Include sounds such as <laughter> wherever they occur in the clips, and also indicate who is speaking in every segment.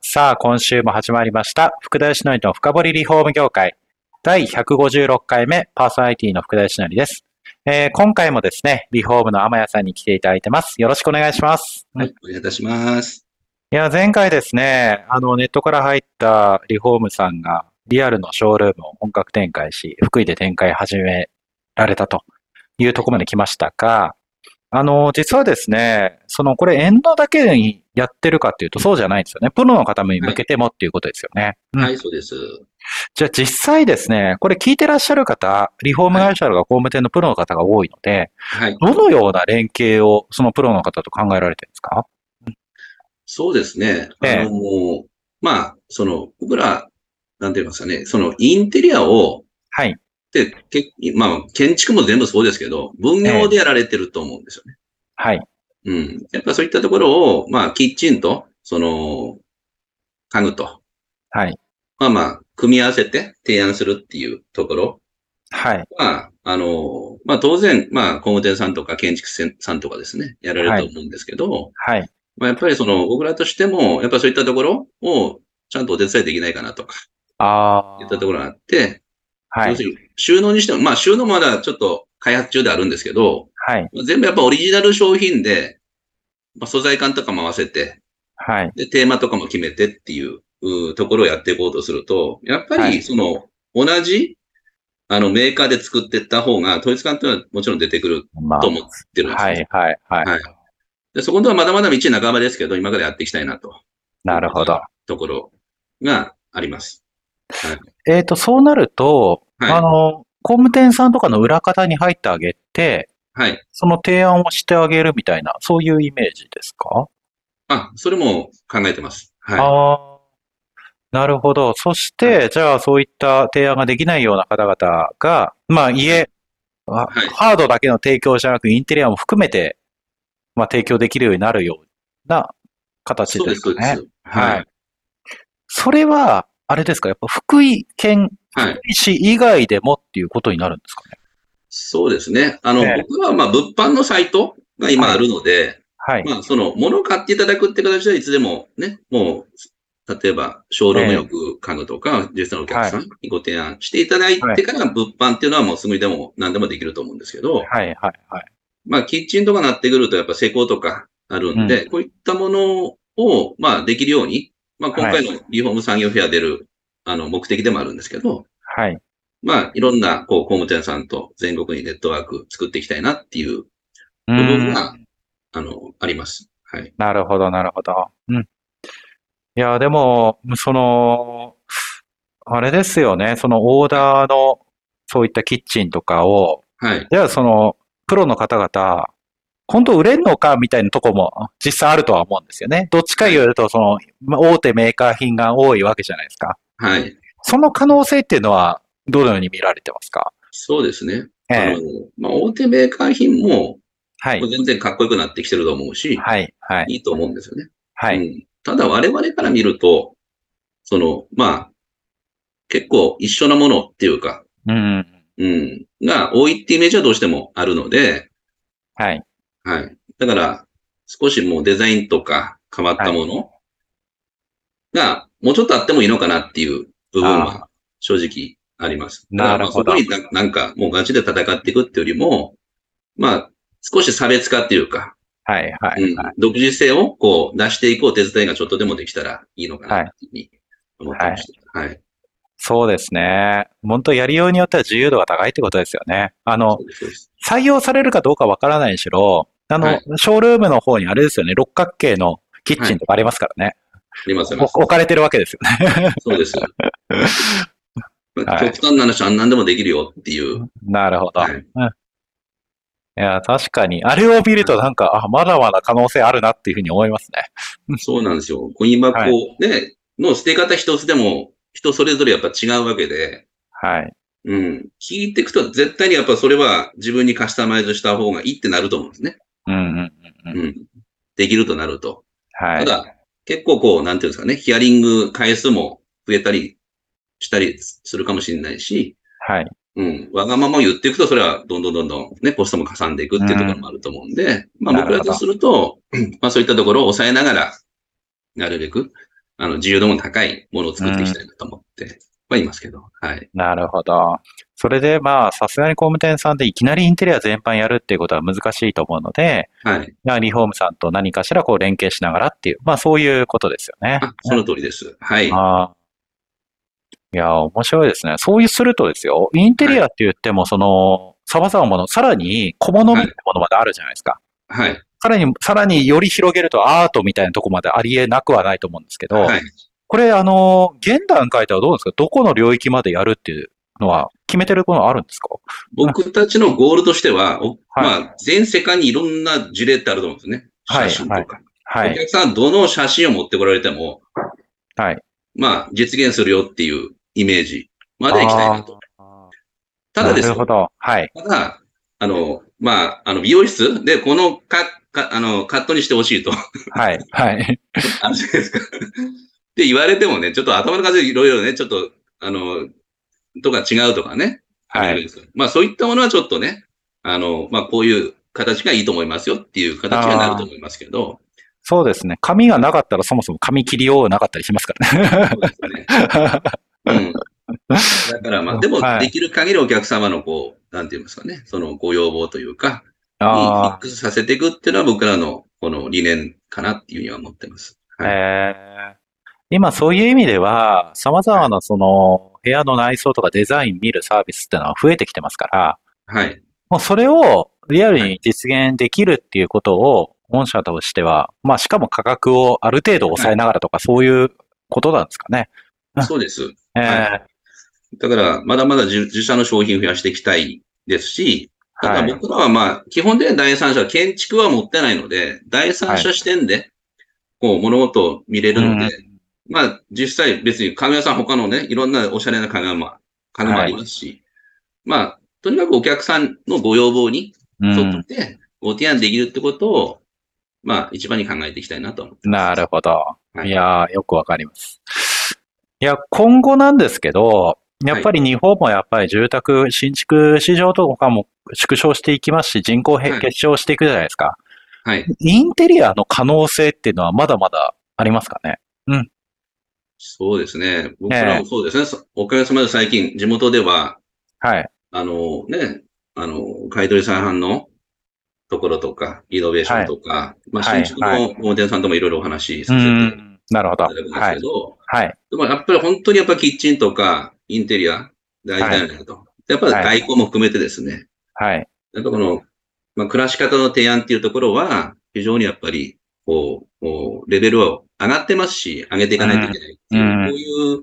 Speaker 1: さあ、今週も始まりました。福田義則の深掘りリフォーム業界。第156回目、パーソナリティの福田義則です。えー今回もですね、リフォームの天谷さんに来ていただいてます。よろしくお願いします。、
Speaker 2: はいい、お願いいたします。
Speaker 1: や、前回ですね、あの、ネットから入ったリフォームさんが、リアルのショールームを本格展開し、福井で展開始められたというところまで来ましたが、あの、実はですね、その、これ、エンドだけにやってるかっていうと、そうじゃないんですよね。プロの方に向けてもっていうことですよね。うん
Speaker 2: はい、そうです。
Speaker 1: じゃあ実際ですね、これ聞いてらっしゃる方、リフォーム会社とか工務店のプロの方が多いので、
Speaker 2: はい。
Speaker 1: どのような連携をそのプロの方と考えられてるんですか
Speaker 2: そうですね。
Speaker 1: ええ
Speaker 2: あのーまあ、その、僕ら、なんて言いますかね、その、インテリアを、
Speaker 1: はい。
Speaker 2: で、けまあ、建築も全部そうですけど、分業でやられてると思うんですよね。
Speaker 1: はい。
Speaker 2: うん。やっぱそういったところを、まあ、キッチンと、その、家具と、
Speaker 1: はい。
Speaker 2: まあまあ、組み合わせて提案するっていうところ
Speaker 1: はい。
Speaker 2: は、あのー、まあ当然、まあ工務店さんとか建築士さんとかですね、やられると思うんですけど、
Speaker 1: はい。
Speaker 2: まあ、やっぱりその、僕らとしても、やっぱそういったところをちゃんとお手伝いできないかなとか、
Speaker 1: あ
Speaker 2: いった
Speaker 1: ー。
Speaker 2: ところがあって、
Speaker 1: は
Speaker 2: 要
Speaker 1: い
Speaker 2: す。るに収納にしても、まあ収納まだちょっと開発中であるんですけど、
Speaker 1: はい。
Speaker 2: 全部やっぱオリジナル商品で、まあ、素材感とかも合わせて、
Speaker 1: はい。
Speaker 2: で、テーマとかも決めてっていううーところをやっていこうとすると、やっぱ
Speaker 1: は
Speaker 2: り
Speaker 1: い
Speaker 2: その、同じ、あの、メーカーで作っていった方が、統一感というのはもちろん出てくる
Speaker 1: ま
Speaker 2: と思ってるんですよ、
Speaker 1: はい。はい。はい。
Speaker 2: はいで。そこのとはまだまだ道半ばですけど、今からやっていきたいなと。
Speaker 1: なるほど。
Speaker 2: ところがあります。
Speaker 1: えっと、そうなると、
Speaker 2: はい
Speaker 1: あの、工務店さんとかの裏方に入ってあげて、
Speaker 2: はい。
Speaker 1: その提案をしてあげるみたいな、そういうイメージですか
Speaker 2: あ、それも考えてます。は
Speaker 1: ああ、なるほど。そして、じゃあ、そういった提案ができないような方々が、まあ、家、あ
Speaker 2: はい
Speaker 1: ハードだけの提供じゃなく、インテリアも含めて、まあ、提供できるようになるような
Speaker 2: い。
Speaker 1: 形
Speaker 2: そう
Speaker 1: で
Speaker 2: ですす、
Speaker 1: か
Speaker 2: そうで
Speaker 1: ね。
Speaker 2: す。はい。
Speaker 1: それは、あれですか、やっぱ福井県、
Speaker 2: はい。
Speaker 1: 福井市以外でもっていうことになるんですかね。
Speaker 2: そうですね。あの、
Speaker 1: ええ
Speaker 2: 僕は、まあ、物販のサイトが今あるので、
Speaker 1: はい。
Speaker 2: まあ、その、物を買っていただくって形はいつでもね、もう、例えば、ショールームよく家具とか、実際のお客さんにご提案していただいてから、物販っていうのはもうすぐにでも何でもできると思うんですけど、
Speaker 1: はい、はい、はい。
Speaker 2: まあ、キッチンとかなってくると、やっぱ施工とかあるんで、こういったものを、まあ、できるように、まあ、今回のリフォーム産業フェア出る、あの、目的でもあるんですけど、
Speaker 1: はい。
Speaker 2: まあ、いろんな、こう、工務店さんと全国にネットワーク作っていきたいなっていう
Speaker 1: う
Speaker 2: 部
Speaker 1: ん
Speaker 2: 分が、あの、あります。はい。
Speaker 1: なるほど、なるほど。うん。いや、でも、その、あれですよね、そのオーダーの、そういったキッチンとかを、
Speaker 2: はい。
Speaker 1: じゃあその、プロの方々、本当売れんのかみたいなとこも実際あるとは思うんですよね。どっちか言うと、その、ま大手メーカー品が多いわけじゃないですか。
Speaker 2: はい。
Speaker 1: その可能性っていうのは、どのように見られてますか
Speaker 2: そうですね。
Speaker 1: え
Speaker 2: あ
Speaker 1: え
Speaker 2: の、まあ、大手メーカー品も、
Speaker 1: は
Speaker 2: もう
Speaker 1: い。
Speaker 2: 全然かっこよくなってきてると思うし、
Speaker 1: はい。はい。
Speaker 2: いいと思うんですよね。
Speaker 1: は
Speaker 2: う
Speaker 1: い。
Speaker 2: んただ我々から見ると、その、まあ、結構一緒なものっていうか、
Speaker 1: うん。
Speaker 2: うん、が多いってイメージはどうしてもあるので、
Speaker 1: はい。
Speaker 2: はい。だから、少しもうデザインとか変わったものが、もうちょっとあってもいいのかなっていう部分は正直あります。だからまあ
Speaker 1: なるほど
Speaker 2: そこにななんかもうガチで戦っていくっていうよりも、まあ、少し差別化っていうか、
Speaker 1: はい。は
Speaker 2: うん
Speaker 1: い。はい。
Speaker 2: 独自性をこう出していこう手伝いがちょっとでもできたらいいのかなっていうふうに思ってました。はい。
Speaker 1: そうですね。本当やりようによっては自由度が高いってことですよね。あの
Speaker 2: そ、うですそうです
Speaker 1: 採用されるかどうかわからないにしろ、あの、
Speaker 2: はい
Speaker 1: ショールームの方にあれですよね、六角形のキッチンとかありますからね。
Speaker 2: あります、あり
Speaker 1: お
Speaker 2: ます。
Speaker 1: 置かれてるわけですよね。 <laughs>
Speaker 2: そうです。まあ
Speaker 1: はい
Speaker 2: 極端な話は何でもできるよっていう。
Speaker 1: なるほど。、
Speaker 2: はいい。
Speaker 1: や、確かに、あれを見るとなんか、あ、まだまだ可能性あるなっていうふうに思いますね。
Speaker 2: そうなんですよ。ゴミ箱、ね、の捨て方一つでも、人それぞれやっぱ違うわけで、
Speaker 1: はい。
Speaker 2: うん。聞いていくと、絶対にやっぱそれは自分にカスタマイズした方がいいってなると思うんですね。
Speaker 1: うんうんうんうん。
Speaker 2: うん。できるとなると。
Speaker 1: は
Speaker 2: た
Speaker 1: い。
Speaker 2: だ、結構こう、なんていうんですかね、ヒアリング回数も増えたりしたりするかもしれないし、
Speaker 1: はい。
Speaker 2: うん。わがままを言っていくと、それはどんどんどんどんね、コストもかさんでいくっていうところもあると思うんで、まあ
Speaker 1: なるほ
Speaker 2: 僕
Speaker 1: ど
Speaker 2: らとす
Speaker 1: <clears throat>
Speaker 2: ると、まあそういったところを抑えながら、なるべく、あの、自由度も高いものを作っていきたいなと思って、はいますけど、はい。
Speaker 1: なるほど。それでまあ、さすがに工務店さんでいきなりインテリア全般やるっていうことは難しいと思うので、
Speaker 2: はい。
Speaker 1: まあリフォームさんと何かしらこう連携しながらっていう、まあそういうことですよね。
Speaker 2: あ、その通りです。はい。は
Speaker 1: ああ。いや、面白いですね。そういうするとですよ、インテリアって言っても、その、様々なもの、さらに小物みたいなものまであるじゃないですか。
Speaker 2: い。
Speaker 1: さらに、さらにより広げるとアートみたいなとこまでありえなくはないと思うんですけど、
Speaker 2: はい。
Speaker 1: これ、あの、現段階ではどうですかどこの領域までやるっていうのは、決めてるものあるんですか
Speaker 2: 僕たちのゴールとしては、お
Speaker 1: はい
Speaker 2: まあ、全世界にいろんな事例ってあると思うんですね。
Speaker 1: はい
Speaker 2: 写真とか。
Speaker 1: は
Speaker 2: お
Speaker 1: い。
Speaker 2: 客さんはどの写真を持ってこられても、
Speaker 1: はい。
Speaker 2: まあ、実現するよっていうイメージまでいきたいなと。
Speaker 1: あー
Speaker 2: ただです
Speaker 1: なるほ
Speaker 2: よ。
Speaker 1: ど。はい。
Speaker 2: ただ、あの、まあ、あの、美容室で、このカかあの、カットにしてほしいと、 <laughs>
Speaker 1: はい。はい。
Speaker 2: あるじゃないですか。って言われてもね、ちょっと頭の数いろいろね、ちょっと、あの、とか違うとかね。
Speaker 1: はい。
Speaker 2: あるじゃないですかまあ、そういったものはちょっとね、あの、まあ、こういう形がいいと思いますよっていう形にはなると思いますけど、
Speaker 1: そうですね。紙がなかったらそもそも紙切りようがなかったりします <laughs> からね。
Speaker 2: そうですね。うんだからまあ、でも
Speaker 1: はい
Speaker 2: できる限りお客様のこう、なんて言いますかね、そのご要望というか、にミ
Speaker 1: あ
Speaker 2: ッ
Speaker 1: あ。
Speaker 2: クスさせていくっていうのは僕らのこの理念かなっていうふうには思ってます。はい。
Speaker 1: えー今そういう意味では、様々なその部屋の内装とかデザイン見るサービスってのは増えてきてますから、
Speaker 2: はい。
Speaker 1: もうそれをリアルに実現できるっていうことを、御社としては、まあしかも価格をある程度抑えながらとか、そういうことなんですかね。あ
Speaker 2: そうです。
Speaker 1: えー
Speaker 2: はだから、まだまだ自自社の商品増やしていきたいですし、ただ
Speaker 1: はい。
Speaker 2: 僕らはまあ、基本的には第三者、建築は持ってないので、第三者視点で、こう、物事を見れるので、まあ、実際別に家具屋さん他のね、いろんなおしゃれな家具屋も、家具もありますし、まあ、とにかくお客さんのご要望に
Speaker 1: うん
Speaker 2: 沿ってご提案できるってことを、まあ、一番に考えていきたいなと思ってま
Speaker 1: な
Speaker 2: す。
Speaker 1: るほど。
Speaker 2: はい
Speaker 1: いやー、よくわかります。いや、今後なんですけど、やっぱり日本もやっぱり住宅、新築市場とかも縮小していきますし、人口
Speaker 2: は
Speaker 1: 減
Speaker 2: い
Speaker 1: 減少していくじゃないですか。
Speaker 2: はい。
Speaker 1: インテリアの可能性っていうのはまだまだありますかね。
Speaker 2: そうですね。僕らもそうですね。そおかげさまで最近、地元では、
Speaker 1: はい。
Speaker 2: あのね、あの、買い取り再販のところとか、イノベーションとか、まあ、
Speaker 1: はい
Speaker 2: 新築のモデルさんともいろいろお話し
Speaker 1: う
Speaker 2: させていただ
Speaker 1: ん。なるほど。
Speaker 2: くんです
Speaker 1: は
Speaker 2: け
Speaker 1: い。
Speaker 2: ど、
Speaker 1: はい。
Speaker 2: でもやっぱり本当にやっぱキッチンとかインテリア大事だよねと。やっぱり外交も含めてですね。
Speaker 1: はい。
Speaker 2: なんかこの、まあ、暮らし方の提案っていうところは、非常にやっぱり、こう、こうレベルは上がってますし、上げていかないといけないっていう、
Speaker 1: うんうん
Speaker 2: こういう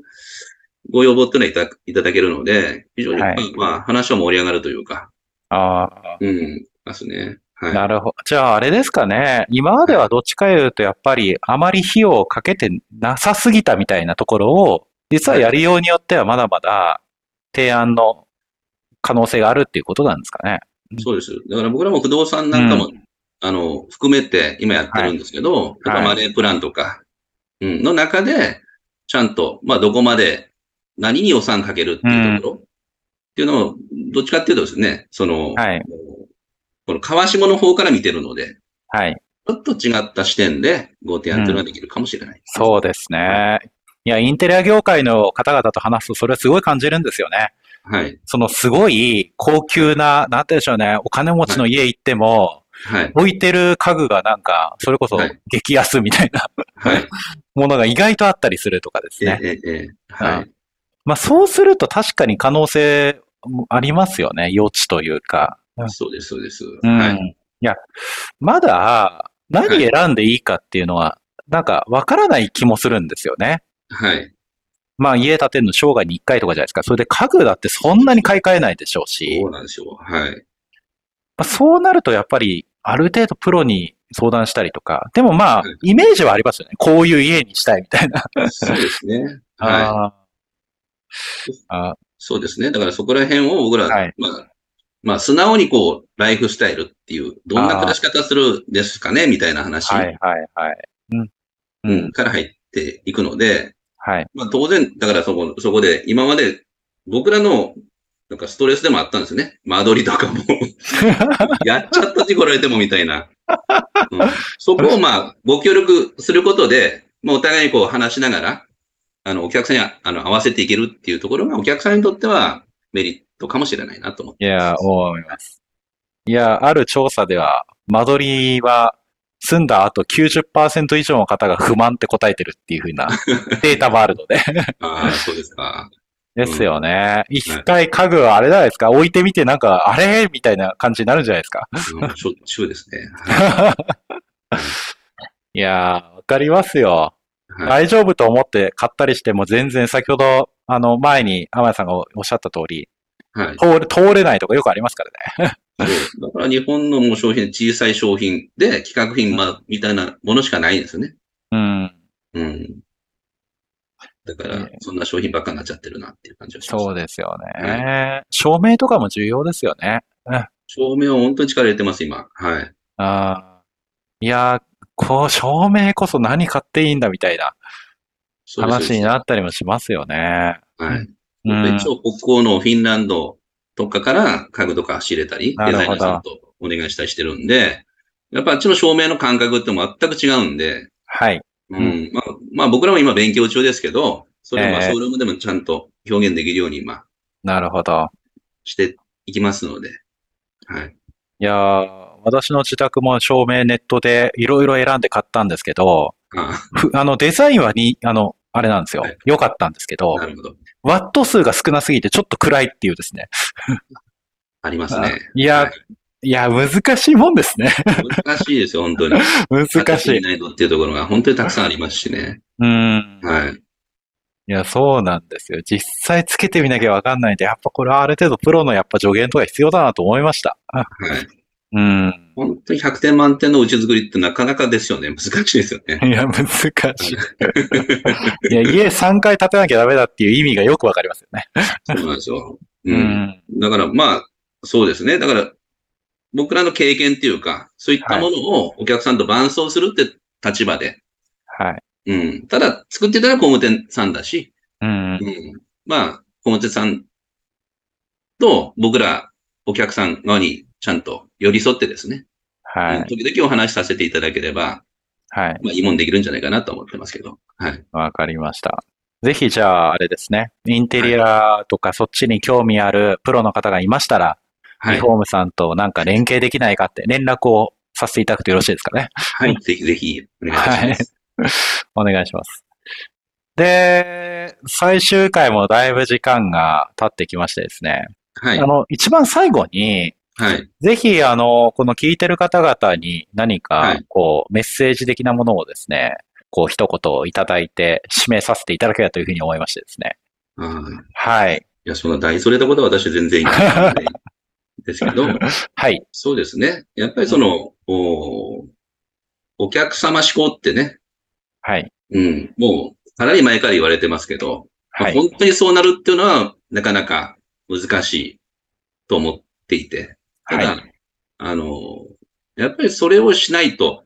Speaker 2: ご要望っていうのはいたいただけるので、非常にやっぱり、まあ、話は盛り上がるというか、
Speaker 1: ああ。
Speaker 2: うん、ますね。はい。
Speaker 1: なるほど。じゃあ、あれですかね。今まではどっちかいうと、やっぱり、あまり費用をかけてなさすぎたみたいなところを、実はやりようによってはまだまだ提案の可能性があるっていうことなんですかね。
Speaker 2: そうです。だから僕らも不動産なんかも、あの、含めて今やってるんですけど、やっぱマネープランとか、うん、の中で、ちゃんと、まあ、どこまで、何に予算かけるっていうところ、っていうのを、どっちかっていうとですね、その、
Speaker 1: はい。
Speaker 2: この川下の方から見てるので、
Speaker 1: はい。
Speaker 2: ちょっと違った視点でご提案っていうのができるかもしれない。
Speaker 1: そうですね。いや、インテリア業界の方々と話すと、それはすごい感じるんですよね。
Speaker 2: はい。
Speaker 1: そのすごい高級な、なんて言うんでしょうね、お金持ちの家行っても、
Speaker 2: はい。
Speaker 1: 置いてる家具がなんか、それこそ
Speaker 2: はい
Speaker 1: 激安みたいな
Speaker 2: はい。
Speaker 1: ものが意外とあったりするとかです
Speaker 2: え
Speaker 1: ね。
Speaker 2: えええええは。
Speaker 1: はいまあそうすると確かに可能性もありますよね。余地というか。
Speaker 2: そうです、そうです。
Speaker 1: うん。
Speaker 2: はい。
Speaker 1: い、や、まだ何選んでいいかっていうのは、なんかわからない気もするんですよね。
Speaker 2: はい。
Speaker 1: まあ家建てるの生涯に1回とかじゃないですか。それで家具だってそんなに買い替えないでしょうし
Speaker 2: そ、うなんですよ。はい。
Speaker 1: まあ、そうなるとやっぱりある程度プロに相談したりとか。でもまあ、イメージはありますよね。こういう家にしたいみたいな。
Speaker 2: そうですね。は
Speaker 1: あーあ
Speaker 2: い。そうですね。だからそこら辺を僕ら、
Speaker 1: はい
Speaker 2: まあ、まあ、素直にこう、ライフスタイルっていう、どんな暮らし方するんですかねみたいな話、
Speaker 1: ー、はいはいはい。うん。う
Speaker 2: うんん、。から入っていくので、
Speaker 1: はい。
Speaker 2: まあ、当然、だからそこ、そこで、今まで僕らの、なんかストレスでもあったんですよね。間取りとか
Speaker 1: <laughs>
Speaker 2: も。やっちゃったし、こられてもみたいな。うんそこをまあ、ご協力することで、まあ、お互いにこう話しながら、あの、お客さんにああの合わせていけるっていうところが、お客さんにとってはメリットかもしれないなと思って。
Speaker 1: いや、思います。いや、ある調査では、間取りは住んだ後90%以上の方が不満って答えてるっていう風 <laughs> なデータもあるので。
Speaker 2: ああ、そうですか。
Speaker 1: ですよね。一回家具はあれじゃないですか。置いてみてなんか、あれみたいな感じになるんじゃないですか。
Speaker 2: うんしょっちゅうですね。
Speaker 1: いやー、わかりますよ。
Speaker 2: はい。
Speaker 1: 大丈夫と思って買ったりしても全然先ほど、あの、前に天谷さんがおっしゃった通り、
Speaker 2: はい。
Speaker 1: 通れ、通れないとかよくありますからね。
Speaker 2: そうだから日本のもう商品、小さい商品で、企画品、まあ、みたいなものしかないんですよね。
Speaker 1: うん。
Speaker 2: うん。だか
Speaker 1: ね
Speaker 2: ら、そんな商品ばっかになっちゃってるなっていう感じがします。
Speaker 1: そうですよね。照明とかも重要ですよね。
Speaker 2: 照明は本当に力入れてます、今。はい。
Speaker 1: ああ。いやー、こう、照明こそ何買っていいんだみたいな
Speaker 2: そうです
Speaker 1: 話になったりもしますよね。
Speaker 2: はい。
Speaker 1: うん。
Speaker 2: 一応、北欧のフィンランドとかから家具とか仕入れたり、
Speaker 1: な
Speaker 2: デ
Speaker 1: る
Speaker 2: ザイ
Speaker 1: ほ
Speaker 2: ナ
Speaker 1: ど
Speaker 2: ーさんとお願いしたりしてるんで、やっぱあっちの照明の感覚って全く違うんで、
Speaker 1: はい。
Speaker 2: う
Speaker 1: うん
Speaker 2: ん。まあ、まあ僕らも今勉強中ですけど、それをまあ
Speaker 1: ええ
Speaker 2: ショールームでもちゃんと表現できるように今
Speaker 1: なるほど。
Speaker 2: していきますので、はい。
Speaker 1: いやー、私の自宅も照明ネットでいろいろ選んで買ったんですけど、
Speaker 2: あ
Speaker 1: ふあの、デザインはに、あの、あれなんですよ
Speaker 2: はい。
Speaker 1: 良かったんですけど
Speaker 2: あ、、なるほど。
Speaker 1: ワット数が少なすぎてちょっと暗いっていうですね。
Speaker 2: ありますね。
Speaker 1: いや
Speaker 2: は、
Speaker 1: いや、難しいもんですね。 <laughs>
Speaker 2: 難しいですよ、本当に。
Speaker 1: 難しい。
Speaker 2: 難度っていうところが本当にたくさんありますしね。
Speaker 1: うん。
Speaker 2: はい。
Speaker 1: いや、そうなんですよ。実際つけてみなきゃわかんないんで、やっぱこれはある程度プロのやっぱ助言とか必要だなと思いました。 <laughs> あ
Speaker 2: はい。
Speaker 1: うん。
Speaker 2: 本当に100点満点のうち作りってなかなかですよね。難しいですよね。
Speaker 1: いや、難しい。
Speaker 2: <laughs>
Speaker 1: いや、家3回建てなきゃダメだっていう意味がよくわかりますよね。
Speaker 2: そうなんですよ。
Speaker 1: う
Speaker 2: うん。
Speaker 1: ん。
Speaker 2: だからまあ、そうですね。だから、僕らの経験っていうか、そういったものをお客さんと伴走するって立場で、
Speaker 1: はい。
Speaker 2: うん。ただ、作ってたら工務店さんだし、
Speaker 1: うん
Speaker 2: う。ん。まあ、工務店さんと僕らお客さん側にちゃんと寄り添ってですね、
Speaker 1: はい。
Speaker 2: 時々お話しさせていただければ、
Speaker 1: はい。
Speaker 2: まあ、いいもんできるんじゃないかなと思ってますけど。はい。
Speaker 1: わかりました。ぜひ、じゃあ、あれですね。インテリアとか、そっちに興味あるプロの方がいましたら、
Speaker 2: は
Speaker 1: リ
Speaker 2: い
Speaker 1: フ。ォームさんとなんか連携できないかって連絡をさせていただくとよろしいですかね。
Speaker 2: はい。ぜひぜひ、お願いします。
Speaker 1: お願いします。で、最終回もだいぶ時間が経ってきましてですね。
Speaker 2: はい。
Speaker 1: あの、一番最後に、
Speaker 2: はい。
Speaker 1: ぜひ、あの、この聞いてる方々に何
Speaker 2: は
Speaker 1: か
Speaker 2: い、
Speaker 1: こう、メッセージ的なものをですね、こう、一言いただいて、締めさせていただければというふうに思いましてですね。
Speaker 2: あー
Speaker 1: はい。
Speaker 2: いや、そんな大それたことは私全然言ってないん <laughs> でですけど、
Speaker 1: はい。
Speaker 2: そうですね。やっぱりその、おお客様思考ってね、
Speaker 1: はい。
Speaker 2: うん、もう、かなり前から言われてますけど、ま
Speaker 1: は
Speaker 2: あ
Speaker 1: い。
Speaker 2: 本当にそうなるっていうのは、なかなか難しいと思っていて、ただ、
Speaker 1: はい。
Speaker 2: あの、やっぱりそれをしないと、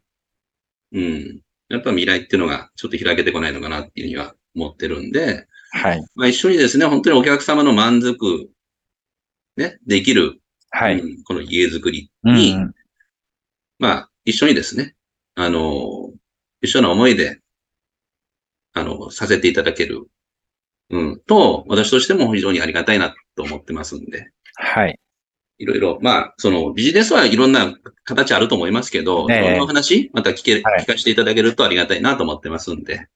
Speaker 2: うん、やっぱ未来っていうのがちょっと開けてこないのかなっていうには思ってるんで、
Speaker 1: はい。
Speaker 2: まあ、一緒にですね、本当にお客様の満足、ね、できる、
Speaker 1: は
Speaker 2: う
Speaker 1: い。
Speaker 2: んこの家づくり
Speaker 1: うん
Speaker 2: に、まあ、一緒にですね、あの、一緒の思いで、あの、させていただける、うん、と、私としても非常にありがたいなと思ってますんで、
Speaker 1: はい。
Speaker 2: いろいろ、まあ、その、ビジネスはいろんな形あると思いますけど、
Speaker 1: ええ
Speaker 2: いろんなお話、また聞け、
Speaker 1: はい
Speaker 2: 聞かせていただけるとありがたいなと思ってますんで、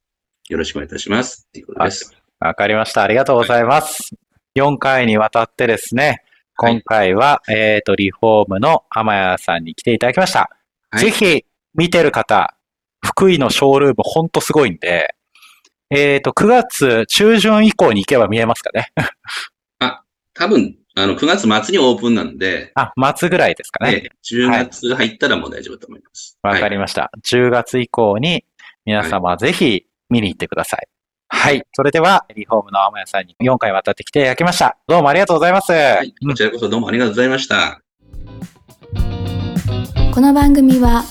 Speaker 2: よろしくお願いいたします。っていうことです。
Speaker 1: わかりました。ありがとうございます。4回にわたってですね、
Speaker 2: はい
Speaker 1: 今回は、えっ、と、リフォームの天谷さんに来ていただきました。
Speaker 2: はい
Speaker 1: ぜひ、見てる方、福井のショールーム、ほんとすごいんで、えっ、と、9月中旬以降に行けば見えますかね。
Speaker 2: 多分、あの、9月末にオープンなんで、
Speaker 1: <laughs> あ、末ぐらいですかね。
Speaker 2: ええ10月入ったらもう大丈夫だと思います。
Speaker 1: わかりました。10月以降に皆様ぜひ見に行ってください。はい。それでは、リフォームの青山さんに4回渡ってきていただきました。どうもありがとうございます。
Speaker 2: はいはい。こちらこそどうもありがとうございました。
Speaker 3: この番組は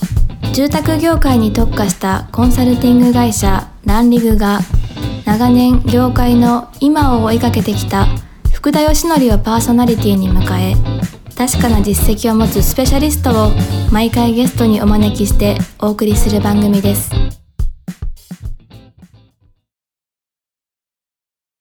Speaker 3: 住宅業界に特化したコンサルティング会社ランリグが長年業界の今を追いかけてきた福田義則をパーソナリティに迎え確かな実績を持つスペシャリストを毎回ゲストにお招きしてお送りする番組です